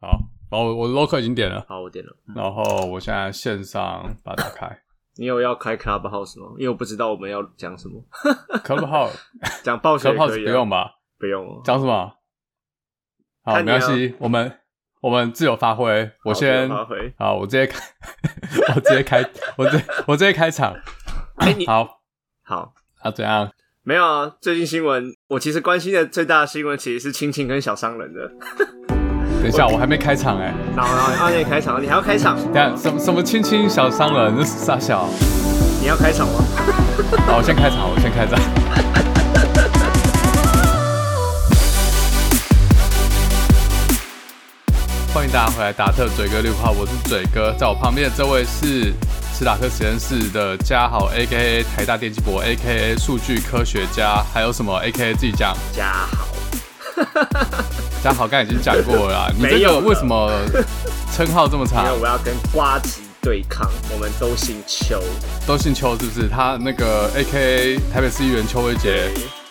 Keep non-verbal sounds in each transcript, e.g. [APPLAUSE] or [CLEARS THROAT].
好，然后我 local 已经点了，好，我点了。嗯然后我现在线上把它打 [LAUGHS] 开你有要开 Clubhouse 吗？因为我不知道我们要讲什么， [LAUGHS] ，Clubhouse 讲暴雪也可 [LAUGHS] Clubhouse 以啊不用吧？不用哦，讲什么？好，看没你啊关系，我们我们自由发挥。我好自由先发挥好，我直接开， [LAUGHS] 我直接开， [LAUGHS] 我直接我直接开场。哎你好，好。啊，怎样？没有啊，最近新闻我其实关心的最大的新闻其实是亲情跟小商人的。 [LAUGHS] 等一下，我还没开场哎、然后，然后你按键开场，你还要开场？等一下什么什么亲亲小商人，那是傻小。你要开场吗？好，我先开场，我先开场。 [LAUGHS] 欢迎大家回来，达特嘴哥绿泡，我是嘴哥，在我旁边的这位是史达克实验室的嘉豪，A K A 台大电机博，A K A 数据科学家，还有什么 A K A 自己讲，加好，嘉豪刚才已经讲过了啦。你这没个有了为什么称号这么因长？为我要跟瓜吉对抗，我们都姓邱。都姓邱是不是？他那个 A K A 台北市议员邱威杰，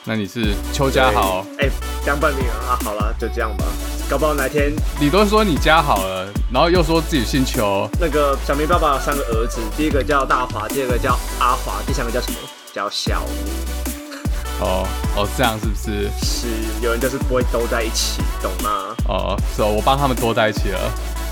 那你是邱嘉豪。哎，江半名啊，啊好了，就这样吧。搞不好哪天你都说你家好了，然后又说自己姓邱，那个小明爸爸有三个儿子，第一个叫大华，第二个叫阿华，第三个叫什么？叫小明。哦哦，这样是不是？是有人就是不会都在一起，懂吗？哦，是哦，我帮他们多在一起了。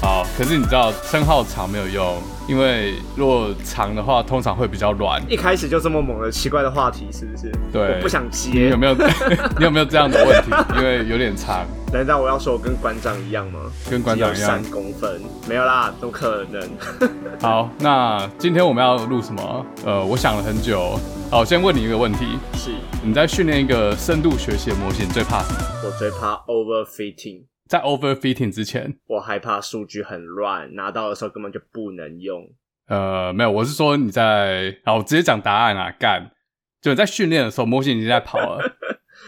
好，可是你知道称号长没有用，因为如果长的话，通常会比较软。一开始就这么猛的奇怪的话题，是不是？对我不想你接有。没 [LAUGHS] 有你有没有这样的问题？因为有点长，难道我要说我跟馆长一样吗？跟馆长一只有样三。公分？没有啦，怎么可能？ [LAUGHS] 好，那今天我们要录什么？呃，我想了很久。好，我先问你一个问题：是你在训练一个深度学习的模型，最怕什么？我最怕 overfitting，在 overfitting 之前，我害怕数据很乱，拿到的时候根本就不能用。呃，没有，我是说你在，啊，我直接讲答案啊，干，就你在训练的时候，模型已经在跑了，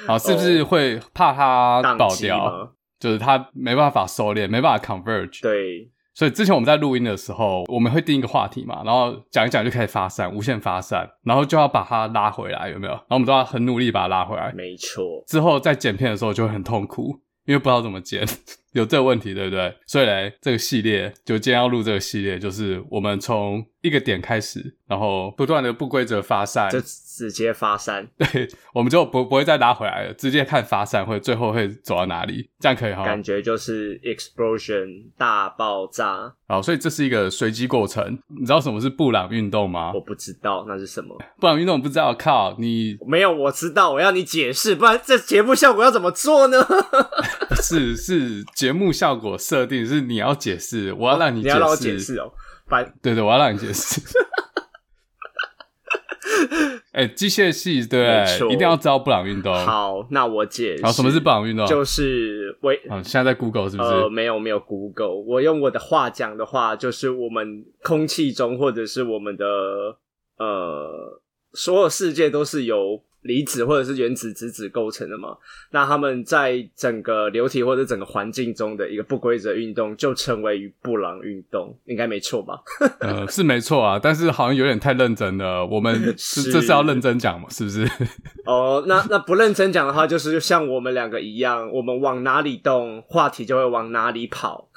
好，是不是会怕它爆宕机掉？吗？就是它没办法收敛，没办法 converge。哦对，所以之前我们在录音的时候，我们会定一个话题嘛，然后讲一讲就开始发散，无限发散，然后就要把它拉回来，有没有？然后我们都要很努力把它拉回来。没错，之后在剪片的时候就会很痛苦，因为不知道怎么剪， [LAUGHS] 有这个问题，对不对？所以嘞，这个系列就今天要录这个系列，就是我们从一个点开始，然后不断的不规则发散，就直接发散。对，我们就不不会再拉回来了，直接看发散会最后会走到哪里，这样可以哈。感觉就是 explosion 大爆炸，好，所以这是一个随机过程。你知道什么是布朗运动吗我？不知道那是什么。布朗运动不知道，靠你没有，我知道，我要你解释，不然这节目效果要怎么做呢？是是节目效果设定是你要解释，我要让你你解要让我释，解释哦。反对对，我要让你解释。 [LAUGHS] 哎、机械系对没，错一定要知道布朗运动。好，那我解释。好，什么是布朗运动？就是为好现在在 Google 是不是？呃，没有没有 Google，我用我的话讲的话，就是我们空气中或者是我们的呃，所有世界都是由离子或者是原子、质子构成的嘛。那它们在整个流体或者整个环境中的一个不规则运动，就称为于布朗运动，应该没错吧？呃，是没错啊，但是好像有点太认真了。我 [LAUGHS] 们这是这是要认真讲嘛，是不是？ [LAUGHS] 哦，那那不认真讲的话，就是像我们两个一样，我们往哪里动，话题就会往哪里跑。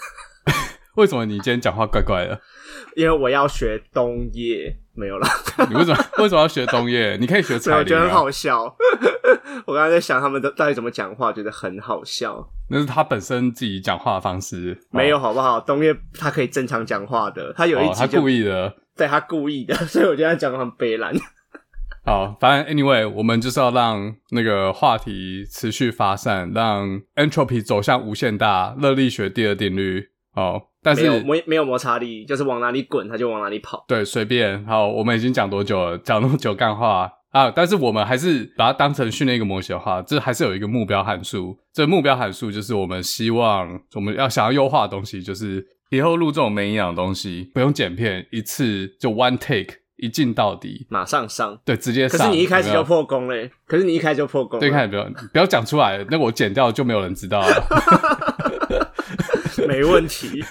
为什么你今天讲话怪怪的？ [LAUGHS] 因为我要学冬叶，没有啦。 [LAUGHS] 你为什么为什么要学冬叶？你可以学所以彩我觉铃、得很啊，好笑。我刚才在想他们的到底怎么讲话，觉得很好笑。那是他本身自己讲话的方式。没有哦，好不好？冬叶他可以正常讲话的，他有一哦集他就、故意的。对他故意的， [LAUGHS] 所以我觉得他讲的很悲蓝。好，反正 anyway，我们就是要让那个话题持续发散，让 entropy 走向无限大，热力学第二定律。哦， [LAUGHS] 但没有是没没有摩擦力，就是往哪里滚他就往哪里跑。对，随便。好，我们已经讲多久了？讲那么久干话啊！但是我们还是把它当成训练一个模型的话，这还是有一个目标函数。这目标函数就是我们希望我们要想要优化的东西，就是以后录这种没营养的东西，不用剪片，一次就 one take，一镜到底，马上上，对，直接可上。是你一开始有没有就破功嘞！可是你一开始就破功最开了，始不要不要讲出来，那个我剪掉就没有人知道啊 [LAUGHS] 了。没问题。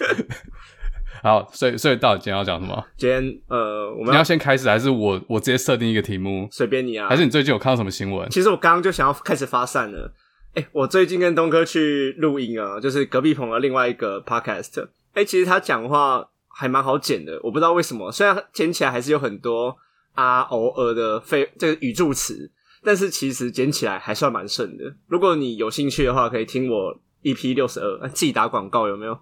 好，所以所以到底今天要讲什么？今天呃，我你们要要先开始，还是我我直接设定一个题目？随便你啊， [LAUGHS] 还是你最近有看到什么新闻？其实我刚刚就想要开始发散了，哎、我最近跟东哥去录音啊，就是隔壁棚的另外一个 podcast。哎、其实他讲话还蛮好剪的，我不知道为什么，虽然剪起来还是有很多啊偶尔的废这个语助词，但是其实剪起来还算蛮顺的。如果你有兴趣的话，可以听我 EP 六十二，自己打广告有没有？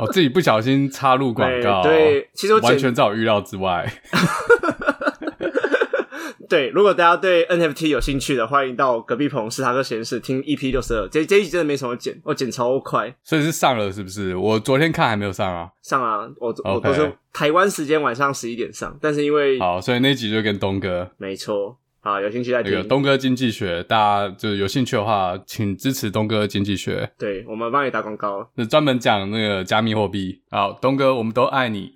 哦，自己不小心插入广告，对对其实我剪完全在我预料之外。对，如果大家对 NFT 有兴趣的，欢迎到隔壁棚斯塔克实验室听 EP 六十二。这这一集真的没什么剪，我剪超快。所以是上了是不是？我昨天看还没有上啊。上啊，我我 OK 都是台湾时间晚上十一点上，但是因为好，所以那集就跟东哥没错，好有兴趣再那个听。东哥经济学，大家就是有兴趣的话，请支持东哥经济学，对，我们帮你打广告。那专门讲那个加密货币。好，东哥，我们都爱你。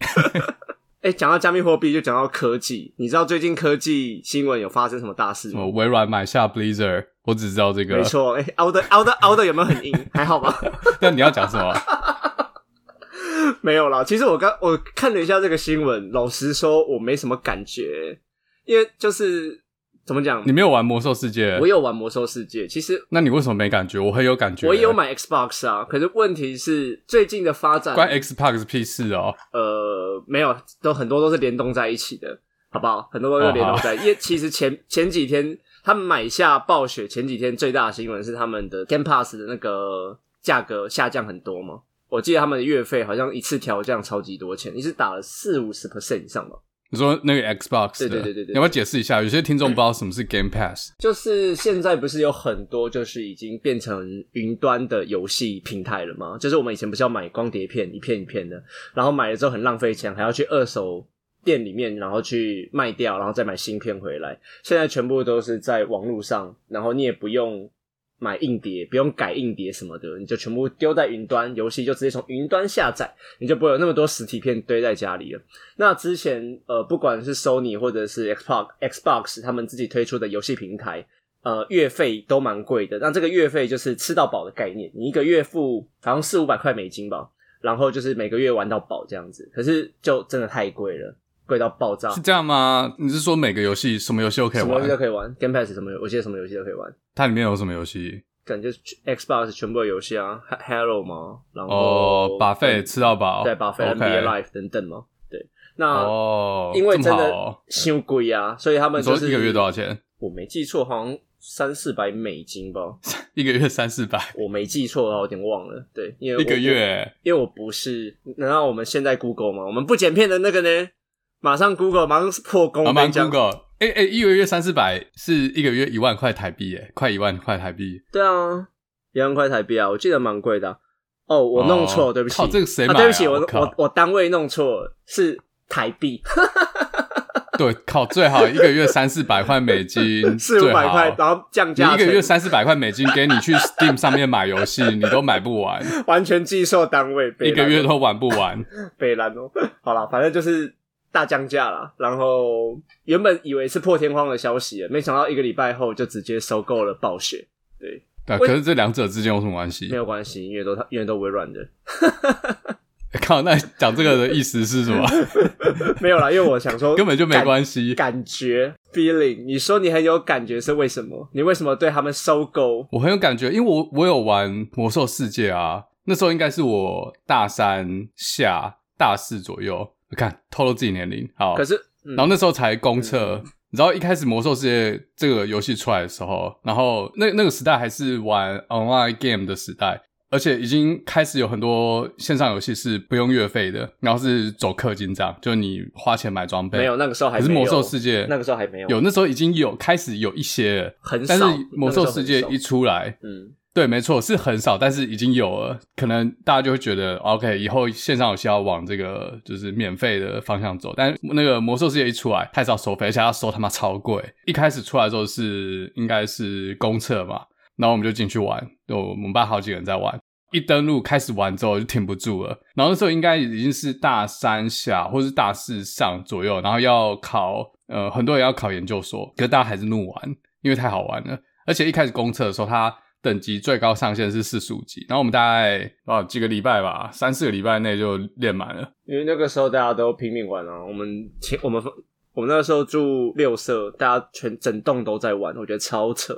哎，讲到加密货币，就讲到科技。你知道最近科技新闻有发生什么大事什吗？么微软买下 Blizzard，我只知道这个。没，错，哎，凹的凹的凹的有没有很硬？还好吧。 [LAUGHS] 但你要讲什么？没有啦，其实我刚我看了一下这个新闻，老实说，我没什么感觉，因为就是怎么讲你，没有玩魔兽世界我，有玩魔兽世界，其实那你为什么没感觉？我很有感觉。我也有。买 Xbox 啊，可是问题是最近的发展，关 Xbox 屁事哦！呃，没有，都很多都是联动在一起的，好不好？很多都是联动哦在，因为其实前前几天他们买下暴雪，前几天最大的新闻是他们的 Game Pass 的那个价格下降很多嘛。我记得他们的月费好像一次调降超级多钱，一次打了四五十 percent 以上吧。你说那个 Xbox 的，对对对对对你要不要解释一下？有些听众不知道什么是 Game Pass，就是现在不是有很多就是已经变成云端的游戏平台了吗？就是我们以前不是要买光碟片一片一片的，然后买了之后很浪费钱，还要去二手店里面然后去卖掉，然后再买新片回来。现在全部都是在网络上，然后你也不用买硬碟，不用改硬碟什么的，你就全部丢在云端，游戏就直接从云端下载，你就不会有那么多实体片堆在家里了。那之前呃，不管是 Sony 或者是 Xbox Xbox 他们自己推出的游戏平台，呃，月费都蛮贵的。那这个月费就是吃到饱的概念，你一个月付好像四五百块美金吧，然后就是每个月玩到饱这样子。可是就真的太贵了，贵到爆炸是。这样吗？你是说每个游戏什么游戏都可以嗯什么游戏都玩？可以玩，Game Pass 什么游，我记得什么游戏都可以玩，它里面有什么游戏？感觉 Xbox 全部的游戏啊，Ha-，Hello 嘛，然后哦，把费吃到饱，对把费 OK NBA Life 等等嘛，对，那、哦，因为这真么好的哦修贵啊，所以他们你就说是一个月多少钱？我没记错，好像三四百美 [LAUGHS] 金吧，一个月三四百，我没记错的话，我有点忘了。对，因为我一个，月因为我不是，难道我们现在 Google 吗？我们不剪片的那个呢？马上 Google，马上破功啊，被蛮讲 Google。哎哎，一个月三四百是一个月一万块台币，哎，快一万块台币。对啊，一万块台币啊，我记得蛮贵的啊、哦，我弄错了，哦对不起。靠这个谁买啊啊对不起，我我靠我我单位弄错了，是台币， [LAUGHS] 对，靠，最好一个月三四百块美金，四五最百嗯好块，然后降你价一成，个月三四百块美金，给你去 Steam 上面买游戏， [LAUGHS] 你都买不 [LAUGHS] 完，完全寄售单位，北一个兰月都玩不完。北兰哦。 [LAUGHS] 好啦，反正就是大降价啦。然后原本以为是破天荒的消息了，没想到一个礼拜后就直接收购了暴雪。对，啊可是这两者之间有什么关系没？有关系，因为都因为都微软的， [LAUGHS] [LAUGHS] 靠，那讲这个的意思是什 [LAUGHS] 么？没有啦。因为我想说根本就没关系。啊 [LAUGHS] 感觉 feeling，你说你很有感觉是为什么？你为什么对他们收购？我很有感觉，因为我我有玩《魔兽世界》啊，那时候应该是我大三下、大四左右。看，透露自己年龄，好。可是，嗯然后那时候才公测，你知道一开始《魔兽世界》这个游戏出来的时候，然后那那个时代还是玩 online game 的时代，而且已经开始有很多线上游戏是不用月费的，然后是走氪金这样，就是你花钱买装备。没有，那个时候还可是《没有魔兽世界》那个时候还没有，有，那时候已经有开始有一些了，很但少是《魔兽世界那》个时候很一少出来，嗯，对，没错，是很少，但是已经有了，可能大家就会觉得，OK，以后线上游戏要往这个就是免费的方向走。但那个魔兽世界一出来，太少收费，而且它收他妈超贵。一开始出来的时候是应该是公测嘛，然后我们就进去玩，就我们班好几个人在玩。一登录开始玩之后就挺不住了，然后那时候应该已经是大三下或是大四上左右，然后要考，呃，很多人要考研究所，可是大家还是怒玩，因为太好玩了。而且一开始公测的时候，它等级最高上限是四十五级，然后我们大概啊几个礼拜吧，三四个礼拜内就练满了。因为那个时候大家都拼命玩啊。我们前我们我们那个时候住六社，大家全整栋都在玩，我觉得超扯。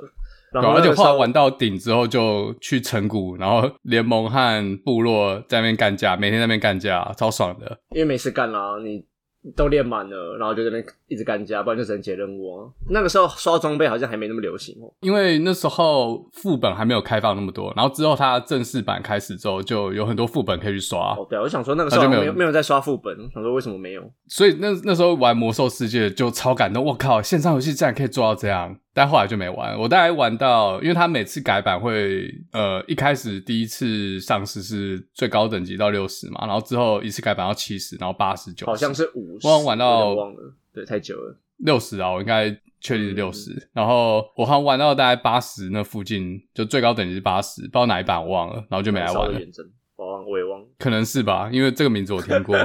然对啊后而且那个时候后来玩到顶之后，就去城谷，然后联盟和部落在那边干架，每天在那边干架，超爽的。因为没事干啦、你都练满了，然后就在那边一直干架，不然就只能解任务啊。那个时候刷装备好像还没那么流行哦。因为那时候副本还没有开放那么多，然后之后它正式版开始之后，就有很多副本可以去刷，哦，对啊，我想说那个时候那就没有没有没有在刷副本，想说为什么没有？所以那那时候玩魔兽世界就超感动，我靠，线上游戏竟然可以做到这样，但后来就没玩。我大概玩到，因为它每次改版会，呃，一开始第一次上市是最高等级到六十嘛，然后之后一次改版到七十，然后八十九，好像是五十，我玩到有点忘了，对，太久了。六十啊，我应该确定是六嗯十、然后我好像玩到大概八十那附近，就最高等级是八十，不知道哪一版我忘了，然后就没来稍玩微了。远征，我忘我也忘了。可能是吧，因为这个名字我听 [LAUGHS] 过，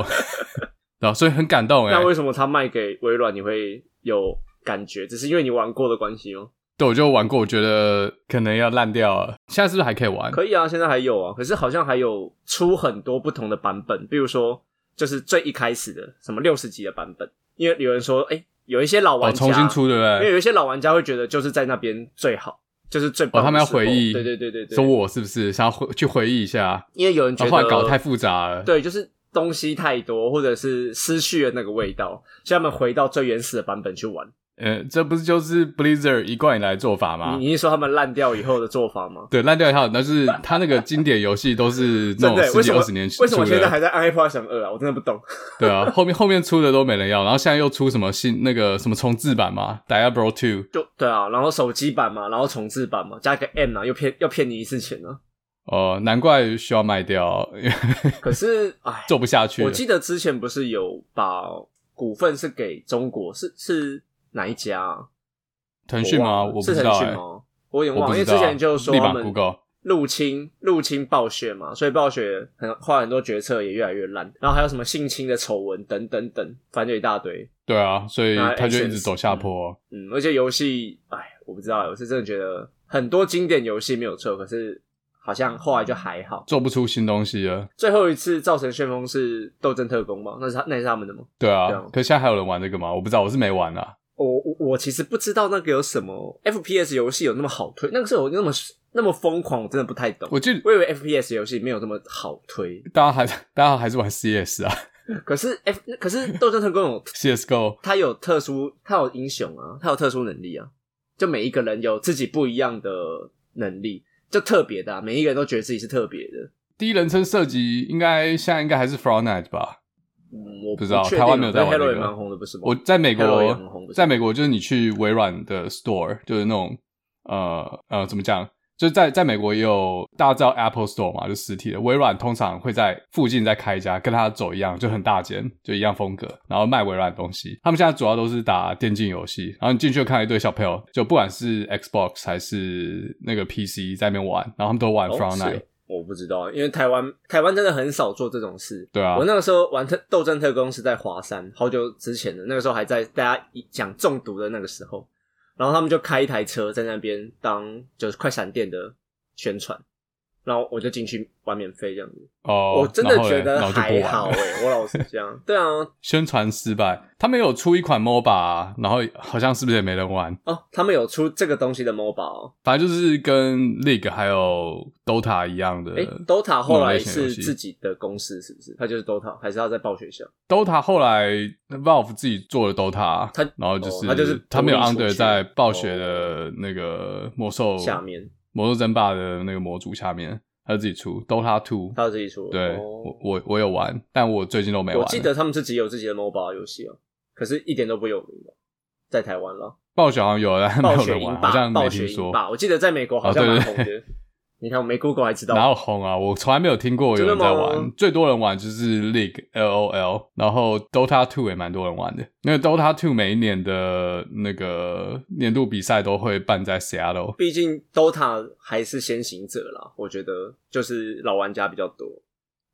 对啊，所以很感动哎、那为什么他卖给微软你会有感觉？只是因为你玩过的关系吗？对，我就玩过，我觉得可能要烂掉了。现在是不是还可以玩？可以啊，现在还有啊，可是好像还有出很多不同的版本，比如说就是最一开始的什么六十级的版本，因为有人说，哎、有一些老哦，玩家、重新出对不因为对？有一些老玩家会觉得就是在那边最好，就是最哦，棒的他们要时候回忆，对对对对对，说我是不是想要回去回忆一下？因为有人觉然得后后来搞得太复杂了，对，就是东西太多，或者是失去了那个味道，所以他们回到最原始的版本去玩。呃，这不是就是 Blizzard 一贯以来的做法吗？你你是说他们烂掉以后的做法吗？对，烂掉一套，但是他那个经典游戏都 [LAUGHS] 是那种真的，十为几什二么十年出为什么现在的，还在《暗黑破坏神二》啊？我真的不懂。对啊，后面后面出的都没人要，然后现在又出什么新那个什么重置版嘛，Diablo Two，就对啊，然后手机版嘛，然后重置版嘛，加个 M 啊，又骗又骗你一次钱啊。哦、难怪需要卖掉，因为可是哎，做不下去了。我记得之前不是有把股份是给中国，是是哪一家、啊？腾讯吗？我我忘了不是知腾道、讯欸，吗？我有点我忘不知了，因为道。之前就说立他马们 Google 入侵入侵暴雪嘛，所以暴雪很花很多决策也越来越烂，然后还有什么性侵的丑闻等等等，反正就一大堆。对啊，所以那他就一直 Access，走下坡、嗯，而且游戏，哎，我不知道，我是真的觉得很多经典游戏没有错，可是好像后来就还好。做不出新东西了。最后一次造成旋风是《斗争特工》吗？那是他那是他们的吗？对啊，对啊可现在还有人玩这个吗？我不知道，我是没玩啊。我我我其实不知道那个有什么 FPS 游戏有那么好推，那个时候有那么那么疯狂，我真的不太懂。我记得我以为 FPS 游戏没有那么好推，大家还 [LAUGHS] 大家还是玩 CS 啊可是 F 可是《斗争特工》有，CSGO 他有特殊，他有英雄啊，他有特殊能力啊，就每一个人有自己不一样的能力，就特别的、啊，每一个人都觉得自己是特别的。第一人称射击，应该现在应该还是 Fortnite 吧？嗯，我不知道确定台湾没有在玩但这 Halo 个也蛮红的，不是吗？我在美 Halo 也很国红不，是在美国就是你去微软的 Store，就是那种呃呃怎么讲？就是在在美国也有大家知道 Apple Store 嘛，就实体的。微软通常会在附近再开一家，跟它走一样，就很大间，就一样风格，然后卖微软的东西。他们现在主要都是打电竞游戏，然后你进去就看到一堆小朋友，就不管是 Xbox 还是那个 PC 在那边玩，然后他们都玩哦 f r o n t 是 Night，、哦我不知道，因为台湾台湾真的很少做这种事。对啊我，那个时候玩特斗争特工是在华山，好久之前的，那个时候还在大家一讲中毒的那个时候，然后他们就开一台车在那边当就是快闪店的宣传，然后我就进去玩免费这样子。哦，我真的然后嘞觉得然后就不还玩好了诶、我老实 [LAUGHS] 讲，对啊，宣传失败，他们有出一款 MOBA，、啊、然后好像是不是也没人玩？哦，他们有出这个东西的 MOBA，哦反正就是跟 League 还有 Dota 一样的。诶、d o t a 后那种来类型游是戏自己的公司是不是？他就是 Dota，还是他在暴雪下？ Dota 后来 Valve 自己做了 Dota，它然后就是、哦它就是他们有独立出 under 去在暴雪的那个魔兽哦下面魔兽争霸的那个模组下面，他自己出 Dota Two。他自己出的，对、哦我我我有玩，但我最近都没玩了。我记得他们自己有自己的 MOBA 游戏哦，可是一点都不有名吧，在台湾了。暴雪好像有，啊但没暴有雪人赢玩，好霸，像没暴听雪赢说。霸，我记得在美国好像哦对蛮对红的。你看我没 Google 还知道，哪有红啊？我从来没有听过有人在真的玩吗，最多人玩就是 League L O L，然后 Dota Two 也蛮多人玩的。那个 Dota Two 每一年的那个年度比赛都会办在 Seattle，毕竟 DOTA 还是先行者啦，我觉得就是老玩家比较多，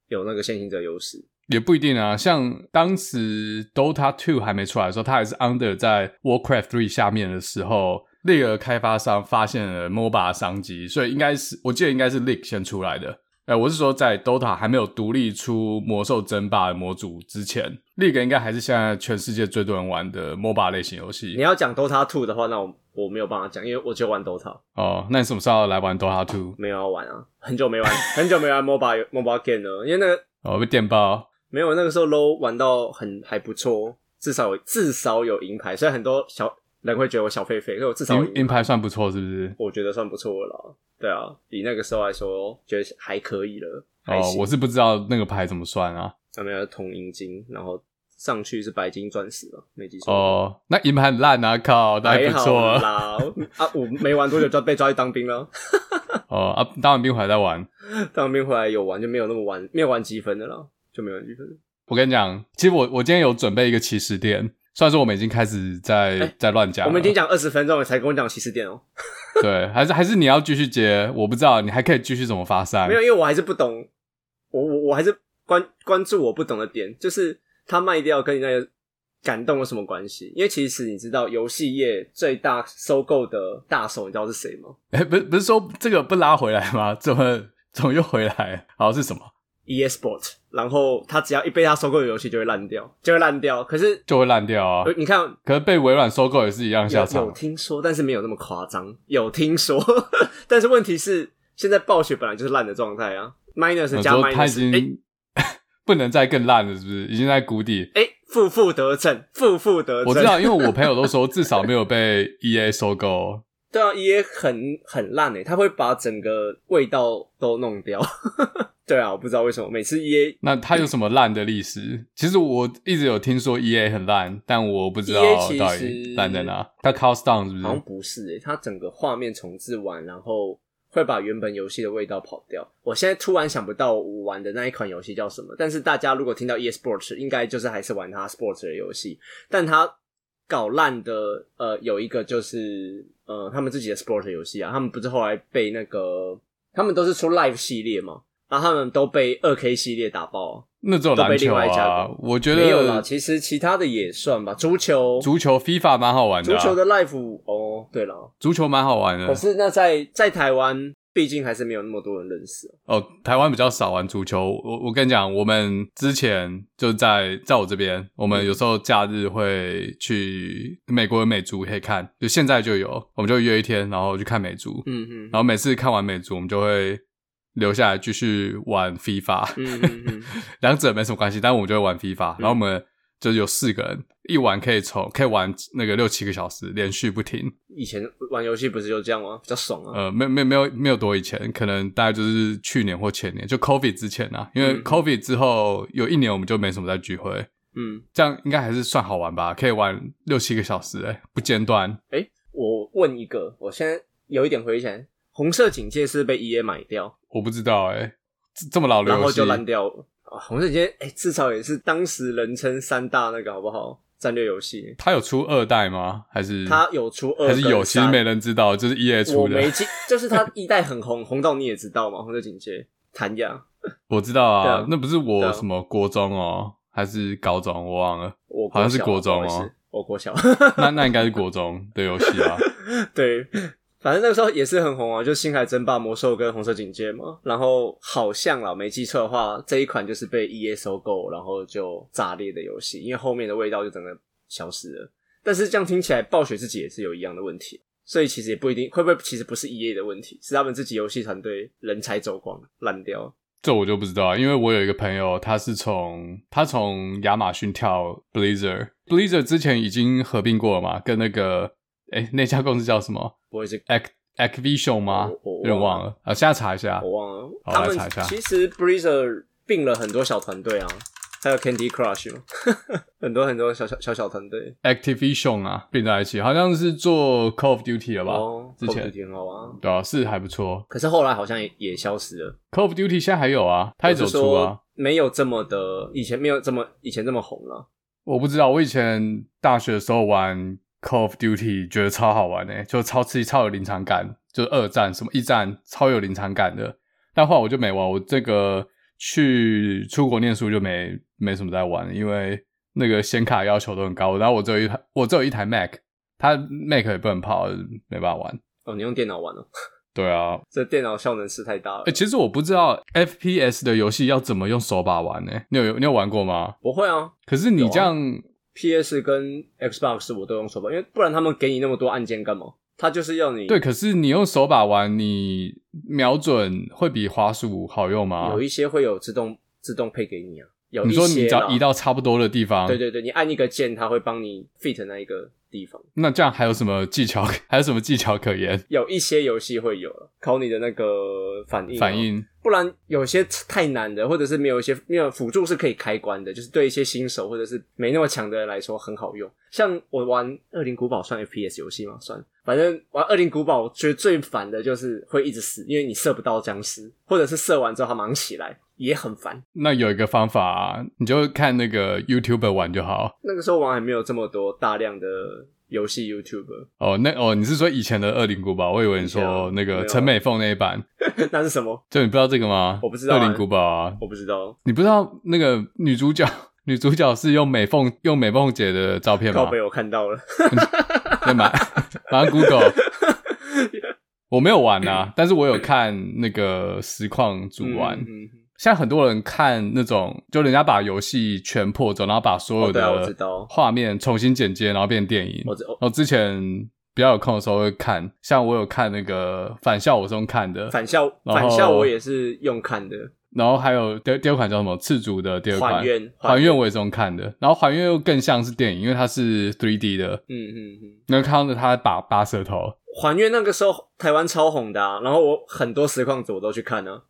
有那个先行者优势。也不一定啊。像当时 Dota Two 还没出来的时候，它还是 under 在 Warcraft Three 下面的时候。League 开发商发现了 MOBA 商机，所以应该是我记得应该是 League 先出来的。呃，我是说，在 DOTA 还没有独立出魔兽争霸的模组之前，League 应该还是现在全世界最多人玩的 MOBA 类型游戏你。要讲 DOTA Two 的话，那我我没有办法讲，因为我就玩 DOTA，哦，那你什么时候来玩 Dota Two？没有要玩啊，很久没玩，很久没玩 MOBA [LAUGHS] MOBA game 了，因为那个哦，被电爆。没有那个时候 low 玩到很还不错，至少有至少有银牌，虽然很多小人会觉得我小狒狒，可是我至少有银银牌算不错，是不是？哦我觉得算不错了啦。对啊，以那个时候来说，觉得还可以了。还哦，行我是不知道那个牌怎么算啊。上面有铜银金，然后上去是白金钻石吧，没记错。，哦，那银牌很烂啊，靠，那还还不好错啊。啦。啊，我没玩多久就被抓去当兵了，哦啊，当完兵回来再玩。当兵回来有玩就没有那么玩，没有玩积分的啦，就没有玩积分。我跟你讲，其实我我今天有准备一个起始点，虽然说我们已经开始在、哎在乱讲了，我们已经讲二十分钟了，才跟我讲起始点哦、对，还是还是你要继续接，我不知道你还可以继续怎么发散没有，因为我还是不懂，我我我还是关关注我不懂的点，就是他卖掉跟你那个感动有什么关系？因为其实你知道游戏业最大收购的大手，你知道是谁吗哎，不是不是说这个不拉回来吗？怎么怎么又回来？好是什么？ ？EA E Sport，然后他只要一被他收购的游戏就会烂掉，就会烂掉。可是、就会烂掉啊呃！你看可是被微软收购也是一啊样下有有场。听说，但是没有那么夸张，有听说， [LAUGHS] 但是问题是现在暴雪本来就是烂的状态啊，minus 我加哦说他已 minus，哎、经 [LAUGHS] 不能再更烂了，是不是？已经在谷底。哎、负负得正，负负得正，我知道，因为我朋友都说至少没有被 E A 收购。对啊，EA 很很烂诶、他会把整个味道都弄掉。 [LAUGHS] 对啊，我不知道为什么每次 EA 那他有什么烂的历史？ [CLEARS THROAT] 其实我一直有听说 E A 很烂，但我不知道 EA E 其实到底烂在哪。他 cost down 是不好像是？不是诶、他整个画面重置完，然后会把原本游戏的味道跑掉。我现在突然想不到我玩的那一款游戏叫什么，但是大家如果听到 EA Sports，应该就是还是玩他 Sports 的游戏，但他搞烂的呃有一个就是呃他们自己的 Sports 游戏啊，他们不是后来被那个他们都是出 Live 系列嘛，然后他们都被二 K 系列打爆啊、那只有都被篮另球外一家啊，我觉没有啦，得其实其他的也算吧，足球、足球 FIFA 蛮好玩足的啊，球的 life 哦，对了，足球蛮好玩的可。是那在在台湾，毕竟还是没有那么多人认识哦。哦，台湾比较少玩足球。我我跟你讲，我们之前就在在我这边，我嗯们有时候假日会去美国的美足可以看，就现在就有，我们就约一天，然后去看美足。嗯然后每次看完美足，我们就会留下来继续玩 [LAUGHS] FIFA，、嗯嗯嗯，两者没什么关系，但我们就会玩 FIFA、然后我们就是有四个人，一玩可以从可以玩那个六七个小时，连续不停。以前玩游戏不是就这样吗？比较爽啊。呃，没没没有没有多以前，可能大概就是去年或前年，就 COVID 之前啊，因为嗯 COVID 之后有一年我们就没什么在聚会，嗯，这样应该还是算好玩吧，可以玩六七个小时、欸，不间断。我问一个，我现在有一点回想，红色警戒是被 EA 买掉，我不知道哎、这这么老的然游后戏就，烂掉了。啊红色警戒，哎、至少也是当时人称三大那个好不好？战略游戏，它有出二代吗？还是它有出二还是有？跟其实三没人知道，就是 E A 我出的。没记，就是他一代很红，红到你也知道嘛，红色警戒，谭雅，我知道对啊，啊那不是对我啊什么国中哦，还是高中，我忘了。我好像是小国中哦不好意思我国小，那那应该是国中 [LAUGHS] 的游戏啊。 [LAUGHS] 对，反正那个时候也是很红啊，就《星海争霸》、《魔兽》跟《红色警戒》嘛。然后好像啦，没记错的话，这一款就是被 EA 收购，然后就炸裂的游戏，因为后面的味道就整个消失了。但是这样听起来，暴雪自己也是有一样的问题，所以其实也不一定会不会，其实不是 EA 的问题，是他们自己游戏团队人才走光，烂掉。这我就不知道啊，因为我有一个朋友，他是从他从亚马逊跳 Blizzard，Blizzard 之前已经合并过了嘛，跟那个哎那家公司叫什么不会是 Ac Activision 吗？我我有点忘了啊，现在查一下我。忘了。好他来们查一下其实 Breezer 并了很多小团队啊，还有 Candy Crush 嘛， [LAUGHS] 很多很多小小小小团队。 Activision 啊，并在一起，好像是做 Call of Duty 了吧？哦，之 Call of 前 Duty 很好玩。对啊，是还不错。可是后来好像也也消失了， Call of Duty 现在还有啊，它也走我是出啊。说没有这么的，以前没有这么以前这么红了、我不知道，我以前大学的时候玩 Call of Duty，觉得超好玩诶、就超刺激、超有临场感，就是二战什么一战超有临场感的。但后来我就没玩，我这个去出国念书就没没什么在玩，因为那个显卡要求都很高，然后我只有一台，我只有一台 Mac，它 Mac 也不能跑，没办法玩。哦，你用电脑玩哦， [LAUGHS] 对啊，这电脑效能是太大了。哎、其实我不知道 FPS 的游戏要怎么用手把玩呢、你有你有玩过吗？不会啊可是你这样，PS 跟 Xbox 我都用手把，因为不然他们给你那么多按键干嘛？它就是要你对，可是你用手把玩，你瞄准会比滑鼠好用吗？有一些会有自动自动配给你啊，有一啊你些啦说你只要移到差不多的地方，对对对，你按一个键，它会帮你 fit 那一个地方。那这样还有什么技巧？ [LAUGHS] 还有什么技巧可言？有一些游戏会有了，考你的那个反应、啊反，应不然有些太难的，或者是没有一些没有辅助是可以开关的，就是对一些新手或者是没那么强的人来说很好用。像我玩《恶灵古堡》算 FPS 游戏吗？算，反正玩《恶灵古堡》，我觉得最烦的就是会一直死，因为你射不到僵尸，或者是射完之后它忙起来也很烦。那有一个方法、啊你就看那个 YouTube 玩就好。那个时候玩还没有这么多大量的游戏 [LAUGHS] YouTuber，哦，那哦，你是说以前的《恶灵古堡》？我以为你以前啊说那没有个陈美凤那一版，那是什么？就你不知道这个吗？我不知道啊恶灵古堡》啊，我不知道，你不知道那个女主角， [LAUGHS] 女主角是用美凤用美凤姐的照片靠吗？北我看到了。对马 [LAUGHS] 马上 Google。我没有玩 [LAUGHS] 啊，但是我有看那个实况组玩。嗯嗯嗯嗯现在很多人看那种，就人家把游戏全破走，然后把所有哦对啊我知的道画面重新剪接，然后变电影。我知我哦我之前比较有空的时候会看，像我有看那个《返校》，我是用看的，返校然后返校我也是用看的，然后还有第第二款叫什么《赤足》的第二款还愿还还愿我也是用看的，然后还愿又更像是电影，因为它是3 D 的，嗯嗯嗯。能看到他拔拔舌头。还愿那个时候台湾超红的、啊，然后我很多实况组我都去看啊。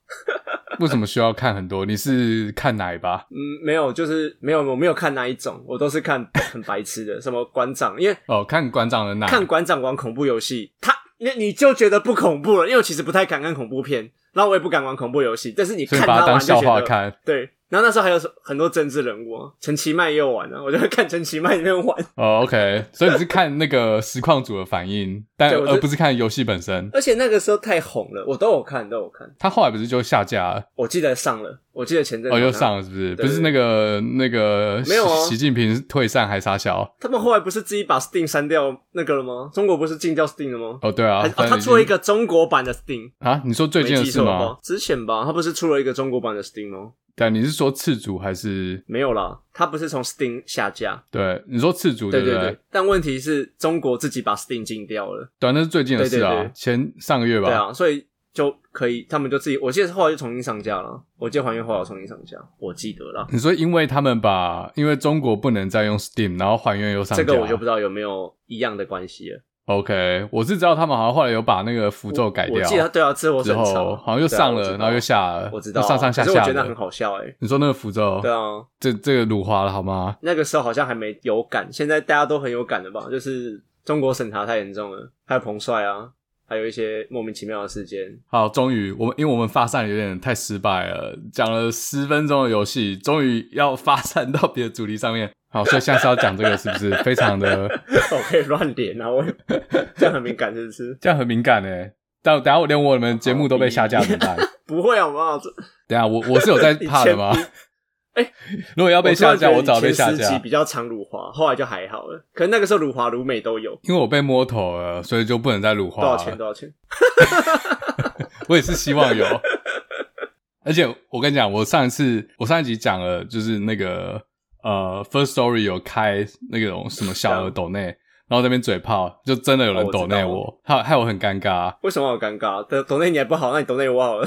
为什么需要看很多？你是看奶吧？嗯，没有，就是没有，我没有看那一种，我都是看很白痴的，什 [LAUGHS] 么馆长，因为哦，看馆长的奶。看馆长玩恐怖游戏，他你你就觉得不恐怖了，因为我其实不太敢看恐怖片，然后我也不敢玩恐怖游戏，但是你所以看把它玩当就笑觉话得看对。然后那时候还有很多政治人物、啊，陈其迈也有玩啊，我就会看陈其迈那边玩。哦，OK，所以你是看那个实况组的反应，但对我是而不是看游戏本身。而且那个时候太红了，我都有看，都有看。他后来不是就下架了？我记得上了，我记得前阵子哦，好像又上了是不是？对不是那个那个没有啊习习近平退散还傻小？他们后来不是自己把 Steam 删掉那个了吗？中国不是禁掉 Steam 了吗？哦，对啊，还反正哦，他已经出了一个中国版的 Steam，啊，你说最没近的记事错的吗话？，之前吧，他不是出了一个中国版的 Steam 吗？对，你是说赤足还是没有啦，他不是从 Steam 下架。对？你说赤足对不对对，但问题是中国自己把 Steam 禁掉了，对啊，那是最近的事对对啊对，前上个月吧。对啊，所以就可以，他们就自己，我记得后来就重新上架了，我记得还原后来有重新上架，我记得啦，你说因为他们把因为中国不能再用 Steam，然后还原又上架，这个我就不知道有没有一样的关系了。 OK，我是知道他们好像后来有把那个符咒改我掉，记得对啊，之后之审查啊后好像又上了，然后又，下了，我知道啊又上上下可是我下觉得的那很好笑欸你说那个符咒，对啊，这这个辱华了好吗？那个时候好像还没有感，现在大家都很有感了吧？就是中国审查太严重了，还有彭帅啊，还有一些莫名其妙的事件。 [LAUGHS] 好，终于我们因为我们发散有点太失败了，讲了十分钟的游戏，终于要发散到别的主题上面。好，所以下次要讲这个是不是非常的我可以乱点啊，我也 [LAUGHS] 这样很敏感是不是？这样很敏感呢、但等下我连我们节目都被下架怎么办？不会啊，好不好？这等下我我是有在以怕前的吗比？ [LAUGHS] 如果要被下架，我我早被下突然觉得以前架十集，比较常辱华，后来就还好了。可能那个时候辱华、辱美都有，因为我被摸头了，所以就不能再辱华多了。少钱？多少钱？我也是希望 [LAUGHS] 有。而且我跟你讲，我上一次我上一集讲了，就是那个呃，First Story 有开那种什么小额抖内，然后在那边嘴炮，就真的有人哦我知道抖内我，害害我很尴尬。为什么好尴尬？抖抖内你还不好，那你抖内我好了。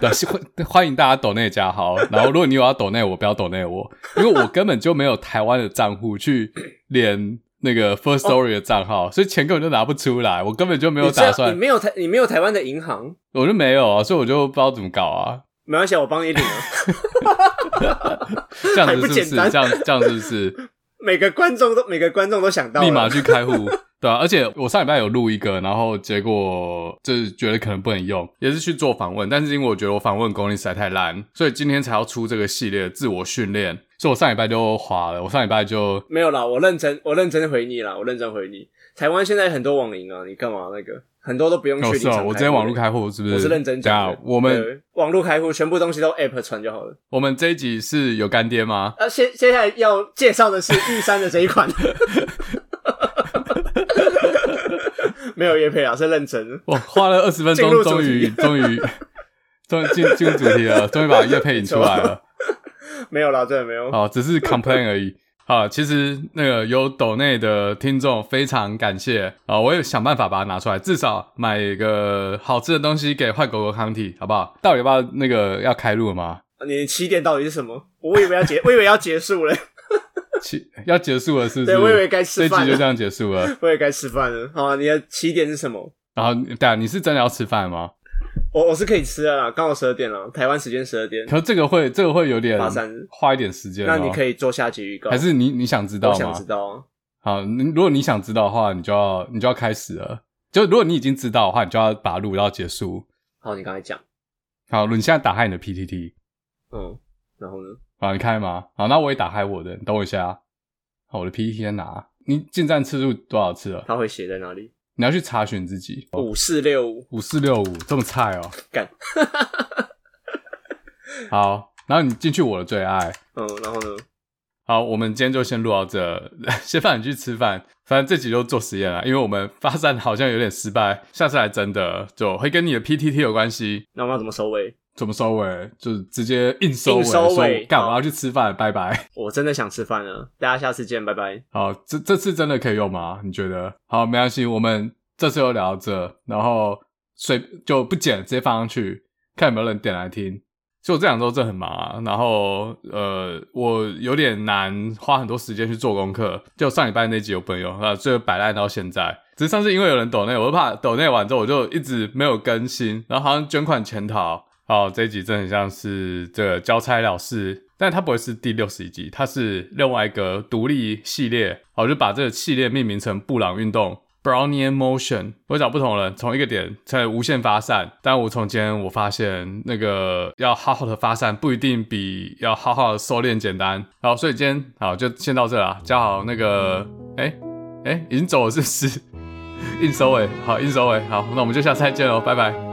对， [LAUGHS] 是欢欢迎大家抖内加号。然后如果你有要抖内我，不要抖内我，因为我根本就没有台湾的账户去连那个 First Story 的账号，所以钱根本就拿不出来，我根本就没有你这样打算你，没有台，你没有台湾的银行，我就没有啊，所以我就不知道怎么搞啊。没关系，我帮你领啊。 [LAUGHS] 这样子是不还不是？简单这样这样是不 [LAUGHS] 是？每个观众都每个观众都想到了，立马去开户，对啊。而且我上礼拜有录一个，然后结果就是觉得可能不能用，也是去做访问，但是因为我觉得我访问功力实在太烂，所以今天才要出这个系列自我训练。所以我上礼拜就滑了，我上礼拜就没有啦，我认真，我认真回你啦，我认真回你。台湾现在很多网银啊，你干嘛那个？很多都不用去哦领是场哦，我之前网络开户是不我是认真讲等一下。的我们对网络开户，全部东西都 App 传就好了。我们这一集是有干爹吗？啊，现现在要介 [LAUGHS] 绍的是玉山的这一款，没有叶配啊，是认真的。我哦花了二十分进入钟，主终于题终于 [LAUGHS] 终于进进入主题了，终于把叶配引出来了。没有啦，真的没有。 [LAUGHS] 哦，只是 complain 而已。啊，其实那个有抖内的听众非常感谢啊，我也想办法把它拿出来，至少买一个好吃的东西给坏狗狗康体，好不好？到底要不要那个要开录了吗？你起点到底是什么？我以为要结，我以为要结 [LAUGHS] 束了，起要结束了是不是？ [LAUGHS] 对我以为该吃这一饭集就这了，样结束了。我也该吃饭了。好、啊，你的起点是什么？然后，对啊，你是真的要吃饭吗？我我是可以吃了啦，刚好十二点了，台湾时间十二点。可是这个会这个会有点八三日花一点时间、哦。那你可以以做下集预告，还是你你想知道我吗？想知道啊？好，你如果你想知道的话，你就要你就要开始了。就如果你已经知道的话，你就要把它录到结束。好，你刚才讲，好，你现在打开你的 PTT，嗯，然后呢？好，你看吗？好，那我也打开我的，你等我一下。啊好，我的 PTT 在哪？啊你进站次数多少次了？他会写在哪里？你要去查询自己。五四六五，五四六五这么菜哦、干， [LAUGHS] 好，然后你进去我的最爱。嗯，然后呢？好，我们今天就先录到这， [LAUGHS] 先放你去吃饭。反正这集就做实验啊了，因为我们发散好像有点失败，下次来真的就会跟你的 PTT 有关系。那我们要怎么收尾？怎么收尾？就是直接硬收尾，硬收尾说干，好我要去吃饭，拜拜。我真的想吃饭了，大家下次见，拜拜。好，这这次真的可以用吗？你觉得？好，没关系，我们这次就聊到这，然后随就不剪，直接放上去，看有没有人点来听。就这两周真的很忙啊，然后呃，我有点难花很多时间去做功课。就上礼拜那集有朋友啊，最后摆烂到现在。只是上次因为有人抖内，我就怕抖内完之后我就一直没有更新，然后好像捐款潜逃。哦，这一集真的很像是这个交差了事，但它不会是第六十一集，它是另外一个独立系列。我就把这个系列命名成布朗运动 （Brownian Motion）。我找不同人从一个点在无限发散，但我从今天我发现那个要好好的发散不一定比要好好的收敛简单。好，所以今天好就先到这啦，加好那个哎 [LAUGHS] 哎已经走了是不是？硬收尾，好硬收尾，好，那我们就下次再见喽，拜拜。